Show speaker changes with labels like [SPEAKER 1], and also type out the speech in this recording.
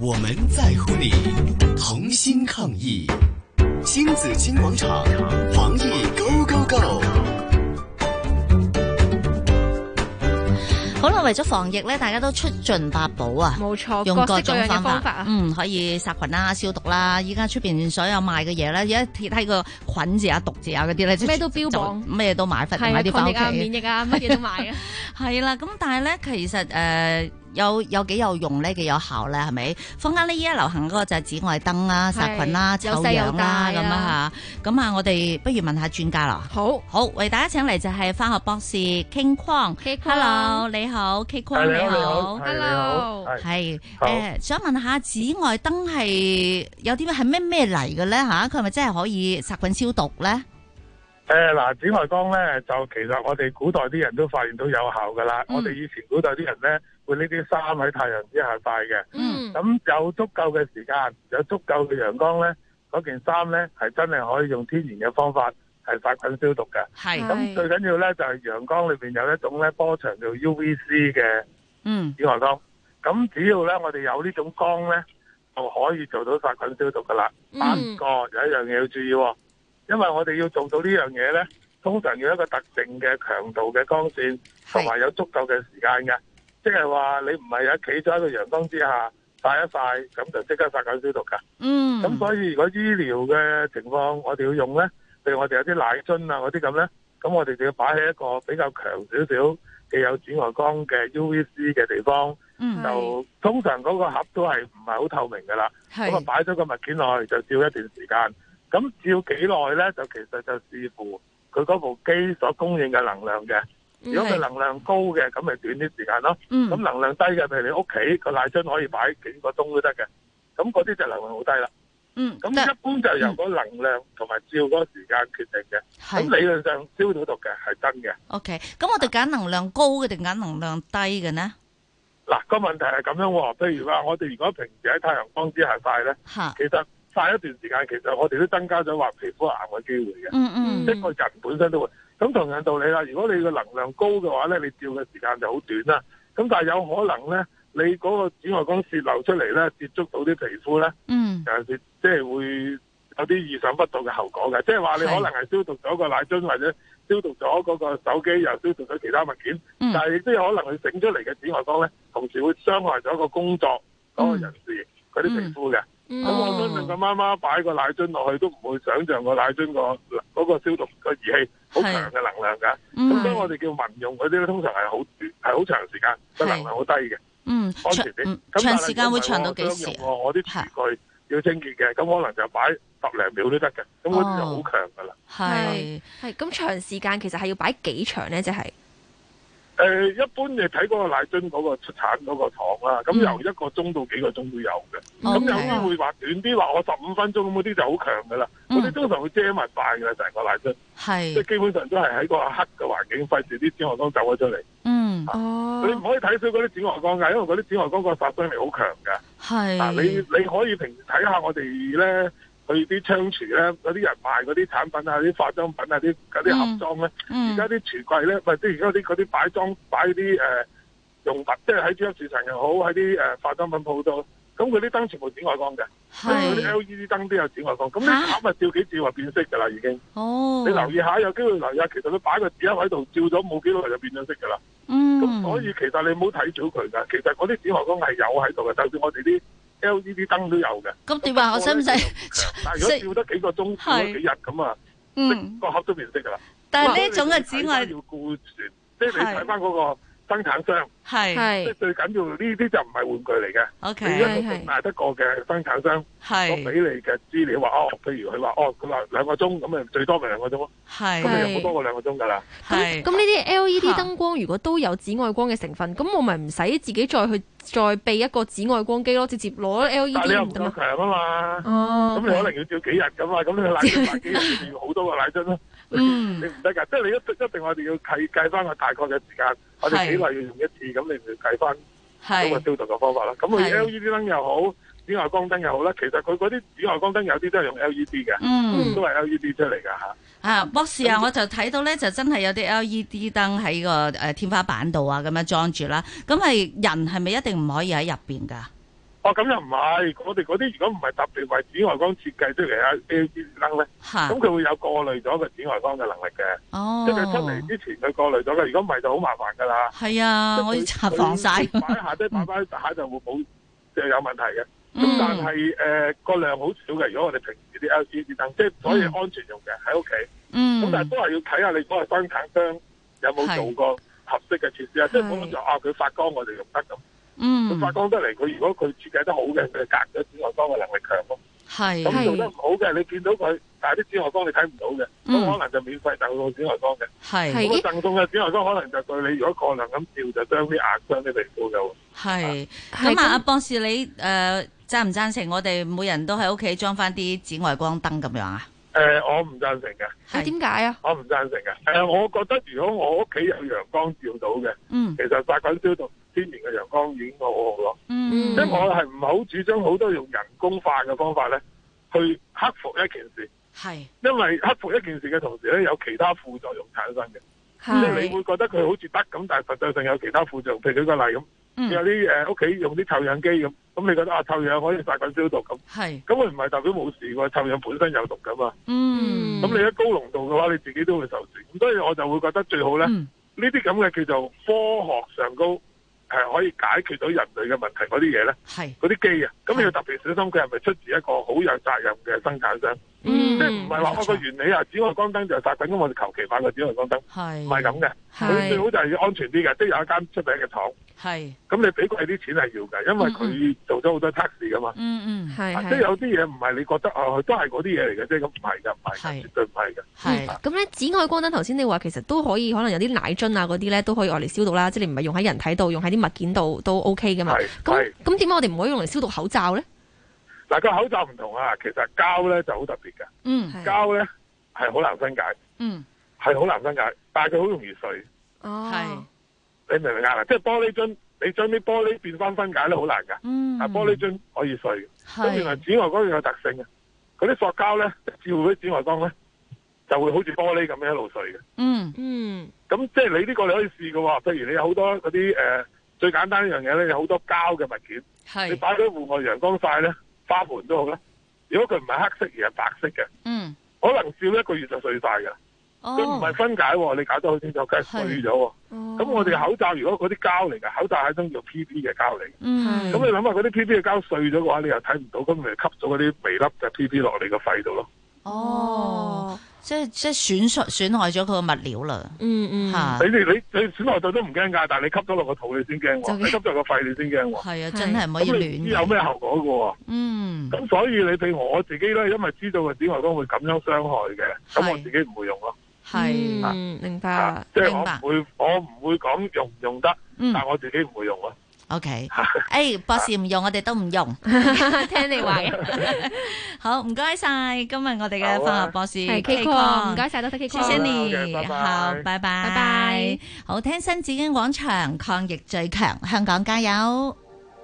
[SPEAKER 1] 我们在乎你，同心抗疫。星子金广场，防疫 Go Go Go！
[SPEAKER 2] 好啦，為咗防疫咧，大家都出盡八寶啊！
[SPEAKER 3] 冇錯，
[SPEAKER 2] 用
[SPEAKER 3] 各
[SPEAKER 2] 各
[SPEAKER 3] 式各
[SPEAKER 2] 種
[SPEAKER 3] 樣嘅
[SPEAKER 2] 方
[SPEAKER 3] 方法
[SPEAKER 2] 法
[SPEAKER 3] 啊，，
[SPEAKER 2] 嗯，可以殺菌啦、消毒啦。依家出邊所有賣嘅嘢咧，而家貼低個菌字啊、毒字啊嗰啲咧，
[SPEAKER 3] 咩都標榜
[SPEAKER 2] 就咩都買份
[SPEAKER 3] 係
[SPEAKER 2] 買
[SPEAKER 3] 啊，
[SPEAKER 2] 啲翻屋
[SPEAKER 3] 抗疫啊、免
[SPEAKER 2] 企。
[SPEAKER 3] 疫 啊，乜嘢都買啊，
[SPEAKER 2] 係啦，咁但係咧，其實誒、呃有有幾有用咧，幾有效咧，係咪？坊間呢依家流行嗰個就係紫外燈啦、殺菌啦、
[SPEAKER 3] 係有
[SPEAKER 2] 臭
[SPEAKER 3] 細有
[SPEAKER 2] 氧啦
[SPEAKER 3] 大
[SPEAKER 2] 咁啊嚇。咁啊，我哋不如問下專家啦。
[SPEAKER 3] 好。
[SPEAKER 2] 好，為大家請嚟就係化學博士 King Kwong。
[SPEAKER 3] K
[SPEAKER 2] Hello，你好，King
[SPEAKER 4] 係
[SPEAKER 2] Kwong，你好。
[SPEAKER 4] 係
[SPEAKER 3] Hello
[SPEAKER 4] 係
[SPEAKER 2] 係誒、
[SPEAKER 4] 好
[SPEAKER 2] 想問下紫外燈係有啲咩係咩咩嚟嘅咧吓？佢係咪真係可以殺菌消毒咧？
[SPEAKER 4] 誒嗱，紫外光咧就其實我哋古代啲人都發現到有效噶啦。
[SPEAKER 2] 嗯
[SPEAKER 4] 我哋以前古代啲人咧會呢啲衫喺太陽之下曬嘅，
[SPEAKER 3] 嗯，
[SPEAKER 4] 咁有足夠嘅時間，有足夠嘅陽光咧，嗰件衫咧係真係可以用天然嘅方法係殺菌消毒嘅。
[SPEAKER 2] 係，
[SPEAKER 3] 嗯係
[SPEAKER 4] 咁最緊要咧就係陽光裏邊有一種咧波長叫 UVC 嘅
[SPEAKER 2] 嗯，
[SPEAKER 4] 紫外光。咁只要咧我哋有呢種光咧，就可以做到殺菌消毒噶啦。
[SPEAKER 3] 嗯
[SPEAKER 4] 不過有一樣嘢要注意、喎，因為我哋要做到呢樣嘢呢，通常要一個特定嘅強度嘅光線，同
[SPEAKER 2] 係，
[SPEAKER 4] 埋有足夠嘅時間嘅，即係話你唔係喺企咗喺個陽光之下曬一曬，咁就即刻殺菌消毒㗎。
[SPEAKER 2] 嗯，
[SPEAKER 4] 咁、所以如果醫療嘅情況，我哋要用呢，譬如我哋有啲奶樽啊嗰啲咁呢，咁我哋就要擺喺一個比較強少少嘅有紫外光嘅 UVC 嘅地方，
[SPEAKER 2] 嗯，
[SPEAKER 4] 就通常嗰個盒都係唔係好透明㗎啦。咁啊
[SPEAKER 3] 係，
[SPEAKER 4] 擺咗個物件落去就照一段時間，咁照幾耐咧就其實就視乎佢嗰部機所供應嘅能量嘅。如果佢能量高嘅，咁咪短啲時間咯。咁
[SPEAKER 2] 嗯，
[SPEAKER 4] 能量低嘅，譬如你屋企個奶樽可以擺幾個鐘都得嘅。咁嗰啲就能量好低啦。
[SPEAKER 2] 嗯，
[SPEAKER 4] 咁
[SPEAKER 2] 得
[SPEAKER 4] 一般就由個能量同埋照嗰個時間決定嘅。咁
[SPEAKER 2] 係
[SPEAKER 4] 理論上消到毒嘅係真嘅。
[SPEAKER 2] ，OK。咁我哋揀能量高嘅定揀能量低嘅呢？
[SPEAKER 4] 嗱，個問題係咁樣喎，譬如話我哋如果平時喺太陽光之下曬咧，
[SPEAKER 2] 吓，
[SPEAKER 4] 其實曬一段時間，其實我哋都增加咗患皮膚癌嘅機會嘅。
[SPEAKER 2] 嗯
[SPEAKER 4] 即係個人本身都會。咁同樣道理啦，如果你個能量高嘅話咧，你照嘅時間就好短啦。咁但係有可能咧，你嗰個紫外光泄漏出嚟咧，接觸到啲皮膚咧，
[SPEAKER 2] 嗯，
[SPEAKER 4] 誒，即係會有啲意想不到嘅後果嘅。即係話你
[SPEAKER 2] 係
[SPEAKER 4] 可能係消毒咗個奶樽，或者消毒咗嗰個手機，又消毒咗其他物件，
[SPEAKER 2] 嗯
[SPEAKER 4] 但，係亦都有可能佢整出嚟嘅紫外光咧，同時會傷害咗個工作嗰個人士嗰啲皮膚嘅。
[SPEAKER 3] 嗯
[SPEAKER 4] 咁我相信個媽媽擺個奶樽落去都唔會想像個奶樽個嗰個消毒個儀器好強嘅能量㗎。
[SPEAKER 2] 嗯
[SPEAKER 4] 咁所以我哋叫民用嗰啲咧，通常係好短，係好長時間個能量好低嘅。
[SPEAKER 2] 嗯，
[SPEAKER 4] 安
[SPEAKER 2] 長
[SPEAKER 4] 全啲
[SPEAKER 2] 嗯
[SPEAKER 4] 咁
[SPEAKER 2] 長時間會長到幾時
[SPEAKER 4] 用
[SPEAKER 2] 啊？
[SPEAKER 4] 我我啲廚具要清潔嘅，咁可能就擺十零秒都得嘅。咁嗰啲就
[SPEAKER 2] 哦
[SPEAKER 4] 好強㗎啦。
[SPEAKER 2] 係，
[SPEAKER 3] 係咁長時間其實係要擺幾長咧？即係
[SPEAKER 4] 誒、一般你睇嗰個奶樽嗰個出產嗰個廠啦，咁
[SPEAKER 2] 嗯哦啊
[SPEAKER 4] 由一個鐘到幾個鐘都有嘅。咁
[SPEAKER 2] OK
[SPEAKER 4] 有啲會話短啲，話我十五分鐘咁嗰啲就好強㗎啦。
[SPEAKER 2] 嗯
[SPEAKER 4] 嗰啲通常會遮埋晒㗎啦，成個奶樽。即係
[SPEAKER 2] 係，
[SPEAKER 4] 基本上都係喺個黑嘅環境，費事啲紫外光走咗出嚟。
[SPEAKER 2] 嗯，
[SPEAKER 4] 啊
[SPEAKER 3] 哦
[SPEAKER 4] 你唔可以睇少嗰啲紫外光㗎，因為嗰啲紫外光個殺傷力好強㗎。
[SPEAKER 2] 嗯
[SPEAKER 4] 嗱，你
[SPEAKER 2] 係，
[SPEAKER 4] 你可以平時睇下我哋咧去啲窗廚咧，嗰啲人賣嗰啲產品啊、啲化妝品啊、啲嗰啲盒裝咧，而
[SPEAKER 2] 嗯，
[SPEAKER 4] 家啲廚櫃咧，或者而家啲嗰啲擺裝擺啲誒、呃用品，即係喺超級市場又好，喺啲誒化妝品鋪度，咁佢啲燈全部紫外光嘅，所以嗰
[SPEAKER 2] 係，
[SPEAKER 4] 啲 LED 燈都有紫外光。咁啲
[SPEAKER 2] 嚇
[SPEAKER 4] 產物照幾照就變色㗎啦，已經。
[SPEAKER 2] 哦，
[SPEAKER 4] 你留意下，有機會留意下，其實佢擺個紙盒喺度照咗冇幾耐就變咗色㗎啦。咁、
[SPEAKER 2] 嗯，
[SPEAKER 4] 所以其實你冇睇少佢㗎，其實嗰啲紫外光係有喺度嘅，就算我哋啲 LED 燈都有嘅。
[SPEAKER 2] 咁點話？我使唔使？
[SPEAKER 4] 但係如果照得幾個鐘，照咗幾日咁啊，
[SPEAKER 2] 嗯，
[SPEAKER 4] 個盒都變色㗎啦。
[SPEAKER 2] 但係呢種嘅
[SPEAKER 4] 所以
[SPEAKER 2] 紫
[SPEAKER 4] 你
[SPEAKER 2] 外
[SPEAKER 4] 要顧全，即係你睇翻嗰個生產商，
[SPEAKER 2] 係
[SPEAKER 4] 即係
[SPEAKER 3] 係
[SPEAKER 4] 最緊要呢啲就唔係玩具嚟嘅，你
[SPEAKER 2] ，OK，
[SPEAKER 4] 一個仲賣得過嘅生產商，我俾
[SPEAKER 2] 係
[SPEAKER 4] 你嘅資料話哦，譬如佢話哦，佢話兩個鐘咁啊，最多咪兩個鐘咯，咁
[SPEAKER 2] 係
[SPEAKER 4] 你又好多過兩個鐘㗎啦。
[SPEAKER 3] 咁
[SPEAKER 2] 係
[SPEAKER 3] 咁呢啲 LED
[SPEAKER 2] 嚇
[SPEAKER 3] 燈光如果都有紫外光嘅成分，咁我咪唔使自己再去再備一個紫外光機咯，直接攞
[SPEAKER 4] 但係你又
[SPEAKER 3] LED
[SPEAKER 4] 唔
[SPEAKER 3] 唔得
[SPEAKER 4] 夠
[SPEAKER 3] 嘛？
[SPEAKER 4] 強啊嘛，咁
[SPEAKER 3] 哦
[SPEAKER 4] 你可能要照幾日噶嘛，咁你奶 樽買幾日，你要好多個奶樽咯，
[SPEAKER 2] 嗯
[SPEAKER 4] 你唔得㗎，即係你一定一定我哋要計計翻個大概嘅時間，我哋幾耐要用一次，咁你咪計翻嗰個
[SPEAKER 2] 係
[SPEAKER 4] 消毒嘅方法啦。咁佢
[SPEAKER 2] 係
[SPEAKER 4] LED 燈又好，紫外光燈又好啦，其實佢嗰啲紫外光燈有啲都係用 LED 嘅，
[SPEAKER 2] 嗯
[SPEAKER 4] 都係 LED 出嚟㗎嚇。
[SPEAKER 2] 啊，博士啊，我就睇到咧，就真係有啲 LED 燈喺個誒天花板度啊，咁樣裝住啦。咁係人係咪一定唔可以喺入邊㗎？
[SPEAKER 4] 哦，咁又唔係，我哋嗰啲如果唔係特別為紫外光設計出嚟啊 l e 燈咧，
[SPEAKER 2] 吓
[SPEAKER 4] 咁佢會有過濾咗個紫外光嘅能力嘅，
[SPEAKER 2] 啊哦
[SPEAKER 4] 即係佢出嚟之前佢過濾咗嘅，如果唔係就好麻煩㗎啦。
[SPEAKER 2] 系啊，我要搽防晒。
[SPEAKER 4] 佢擺下低擺翻下就會冇就有問題嘅。咁
[SPEAKER 2] 嗯
[SPEAKER 4] 但係誒個量好少嘅，如果我哋平時啲 LED 燈，即係所以安全用嘅喺屋企。咁但係
[SPEAKER 2] 嗯
[SPEAKER 4] 都係要睇下你嗰個生產商有冇做過合適嘅設施啊，即係唔好諗住啊佢發光我哋用得咁，佢發
[SPEAKER 2] 嗯，
[SPEAKER 4] 光得嚟，佢如果佢設計得好嘅，佢隔咗紫外光嘅能力強咯。
[SPEAKER 2] 系
[SPEAKER 4] 咁
[SPEAKER 3] 係
[SPEAKER 4] 做得唔好嘅，你見到佢，但係啲紫外光你睇唔到嘅，咁
[SPEAKER 2] 嗯
[SPEAKER 4] 可能就免費贈送紫外光嘅。
[SPEAKER 2] 系
[SPEAKER 3] 係
[SPEAKER 4] 咁啊贈送嘅紫外光可能就對你如果過量咁照，就將啲硬傷啲皮膚嘅喎。
[SPEAKER 2] 系。
[SPEAKER 3] 係
[SPEAKER 2] 咁啊，阿博士你诶赞唔赞成我哋每人都喺屋企裝翻啲紫外光燈咁樣啊？
[SPEAKER 4] 誒，呃我唔贊成嘅，
[SPEAKER 3] 係點解啊？
[SPEAKER 4] 我唔贊成嘅。誒，我覺得如果我屋企有陽光照到嘅，
[SPEAKER 2] 嗯
[SPEAKER 4] 其實殺菌消毒天然嘅陽光已經好好咯。
[SPEAKER 2] 嗯
[SPEAKER 4] 即係我係唔好主張好多用人工化嘅方法咧，去克服一件事，
[SPEAKER 2] 係
[SPEAKER 4] 因為克服一件事嘅同時咧，有其他副作用產生嘅，即係你
[SPEAKER 3] 係
[SPEAKER 4] 會覺得佢好似得咁，但係實際上有其他副作用。譬如舉個例咁，有
[SPEAKER 2] 嗯
[SPEAKER 4] 啲誒呃屋企用啲臭氧機咁，咁你覺得啊臭氧可以殺菌消毒咁，
[SPEAKER 2] 係
[SPEAKER 4] 咁佢唔係代表冇事喎，臭氧本身有毒噶嘛，
[SPEAKER 2] 嗯
[SPEAKER 4] 咁你一高濃度嘅話，你自己都會受損，咁所以我就會覺得最好咧，呢
[SPEAKER 2] 嗯
[SPEAKER 4] 啲咁嘅叫做科學上高係可以解決到人類嘅問題嗰啲嘢咧。
[SPEAKER 2] 係
[SPEAKER 4] 嗰啲機啊，咁你要特別小心，佢係咪出自一個好有責任嘅生產商？
[SPEAKER 3] 嗯
[SPEAKER 4] 即係唔係話我個原理啊，紫外光燈就係殺菌，咁我哋求其買個紫外光燈，
[SPEAKER 2] 係
[SPEAKER 4] 唔係咁嘅。佢最
[SPEAKER 3] 係
[SPEAKER 4] 好就係要安全啲嘅，即係有一間出名嘅廠，
[SPEAKER 2] 係
[SPEAKER 4] 咁你俾貴啲錢係要嘅，因為
[SPEAKER 3] 嗯
[SPEAKER 4] 佢做咗好多測試噶嘛。
[SPEAKER 2] 嗯嗯
[SPEAKER 3] 係
[SPEAKER 4] 啊即係
[SPEAKER 3] 係。
[SPEAKER 4] 有啲嘢唔係你覺得啊，佢都係嗰啲嘢嚟嘅啫，咁唔係㗎，唔係
[SPEAKER 2] 係
[SPEAKER 4] 㗎，絕對唔係嘅。
[SPEAKER 3] 嗯
[SPEAKER 2] 係
[SPEAKER 3] 咁咧，紫外光燈頭先你話其實都可以，可能有啲奶樽啊嗰啲咧都可以用嚟消毒啦，即係你唔係用喺人體度，用喺啲物件度都 OK 噶嘛。
[SPEAKER 4] 係
[SPEAKER 3] 咁
[SPEAKER 4] 係
[SPEAKER 3] 咁點解我哋唔可以用嚟消毒口罩咧？
[SPEAKER 4] 嗱個口罩唔同啊，其實膠咧就好特別嘅，
[SPEAKER 2] 嗯
[SPEAKER 4] 膠咧係好難分解，
[SPEAKER 2] 嗯
[SPEAKER 4] 係好難分解，但係佢好容易碎。
[SPEAKER 2] 係
[SPEAKER 3] 哦，
[SPEAKER 4] 你明唔明啊？嗱，即係玻璃樽，你將啲玻璃變翻分解咧，好難㗎。
[SPEAKER 2] 嗯
[SPEAKER 4] 但係玻璃樽可以碎嘅，咁原來
[SPEAKER 2] 係
[SPEAKER 4] 紫外光有特性嘅，嗰啲塑膠咧照嗰啲紫外光咧，就會好似玻璃咁樣一路碎嘅。
[SPEAKER 2] 嗯
[SPEAKER 3] 嗯，
[SPEAKER 4] 咁即係你呢個你可以試嘅喎，譬如你有好多嗰啲誒最簡單一樣嘢咧，有好多膠嘅物件，你
[SPEAKER 2] 係
[SPEAKER 4] 擺喺戶外陽光晒咧，花盆都好啦。如果佢唔係黑色而係白色嘅，
[SPEAKER 2] 嗯
[SPEAKER 4] 可能照一個月就碎晒㗎啦。
[SPEAKER 2] 哦
[SPEAKER 4] 佢唔係分解喎，你搞得好清楚，佢係碎咗喎。咁
[SPEAKER 3] 咁
[SPEAKER 4] 我哋口罩如果嗰啲膠嚟嘅，口罩係一種叫 PP 嘅膠嚟嘅。
[SPEAKER 2] 嗯
[SPEAKER 4] 咁你諗下嗰啲 PP 嘅膠碎咗嘅話，你又睇唔到，咁咪吸咗嗰啲微粒嘅 PP 落你個肺度咯。
[SPEAKER 2] 哦，即係即係損損損害咗佢個物料啦
[SPEAKER 3] 嗯嗯，
[SPEAKER 2] 吓
[SPEAKER 4] 你。哋你你損害到都唔驚㗎，但係你吸咗落個肚你先驚
[SPEAKER 3] 就
[SPEAKER 4] 喎，
[SPEAKER 3] 嘅
[SPEAKER 4] 你吸咗個肺你先驚喎。
[SPEAKER 2] 係啊，
[SPEAKER 3] 係
[SPEAKER 2] 真係唔可以
[SPEAKER 4] 咁你唔知
[SPEAKER 2] 亂
[SPEAKER 4] 有
[SPEAKER 2] 嘅。
[SPEAKER 4] 咩啊後果
[SPEAKER 2] 嗯
[SPEAKER 4] 嘅喎？咁所以你譬如我自己咧，因為知道個紫外光會咁樣傷害嘅，咁我自己唔會用咯。
[SPEAKER 2] 係
[SPEAKER 3] 嗯明白
[SPEAKER 4] 啊。即係
[SPEAKER 2] 明
[SPEAKER 4] 我
[SPEAKER 2] 白
[SPEAKER 4] 唔會，我唔會講用唔用得，
[SPEAKER 2] 嗯
[SPEAKER 4] 但我自己唔會用咯。
[SPEAKER 2] ，OK。誒，博士唔用，我哋都唔用。
[SPEAKER 3] 聽你話嘅，
[SPEAKER 2] 好，唔該晒，今日我哋嘅
[SPEAKER 4] 好啊
[SPEAKER 2] 化學博士
[SPEAKER 3] 係 K 哥，
[SPEAKER 2] Kwok
[SPEAKER 3] 唔該晒，多謝 K 哥
[SPEAKER 2] 謝。謝你，
[SPEAKER 4] 好啦，OK，拜拜啊
[SPEAKER 2] 好，拜拜，
[SPEAKER 3] 拜拜。
[SPEAKER 2] 好，聽新紫荊廣場抗疫最強，香港加油！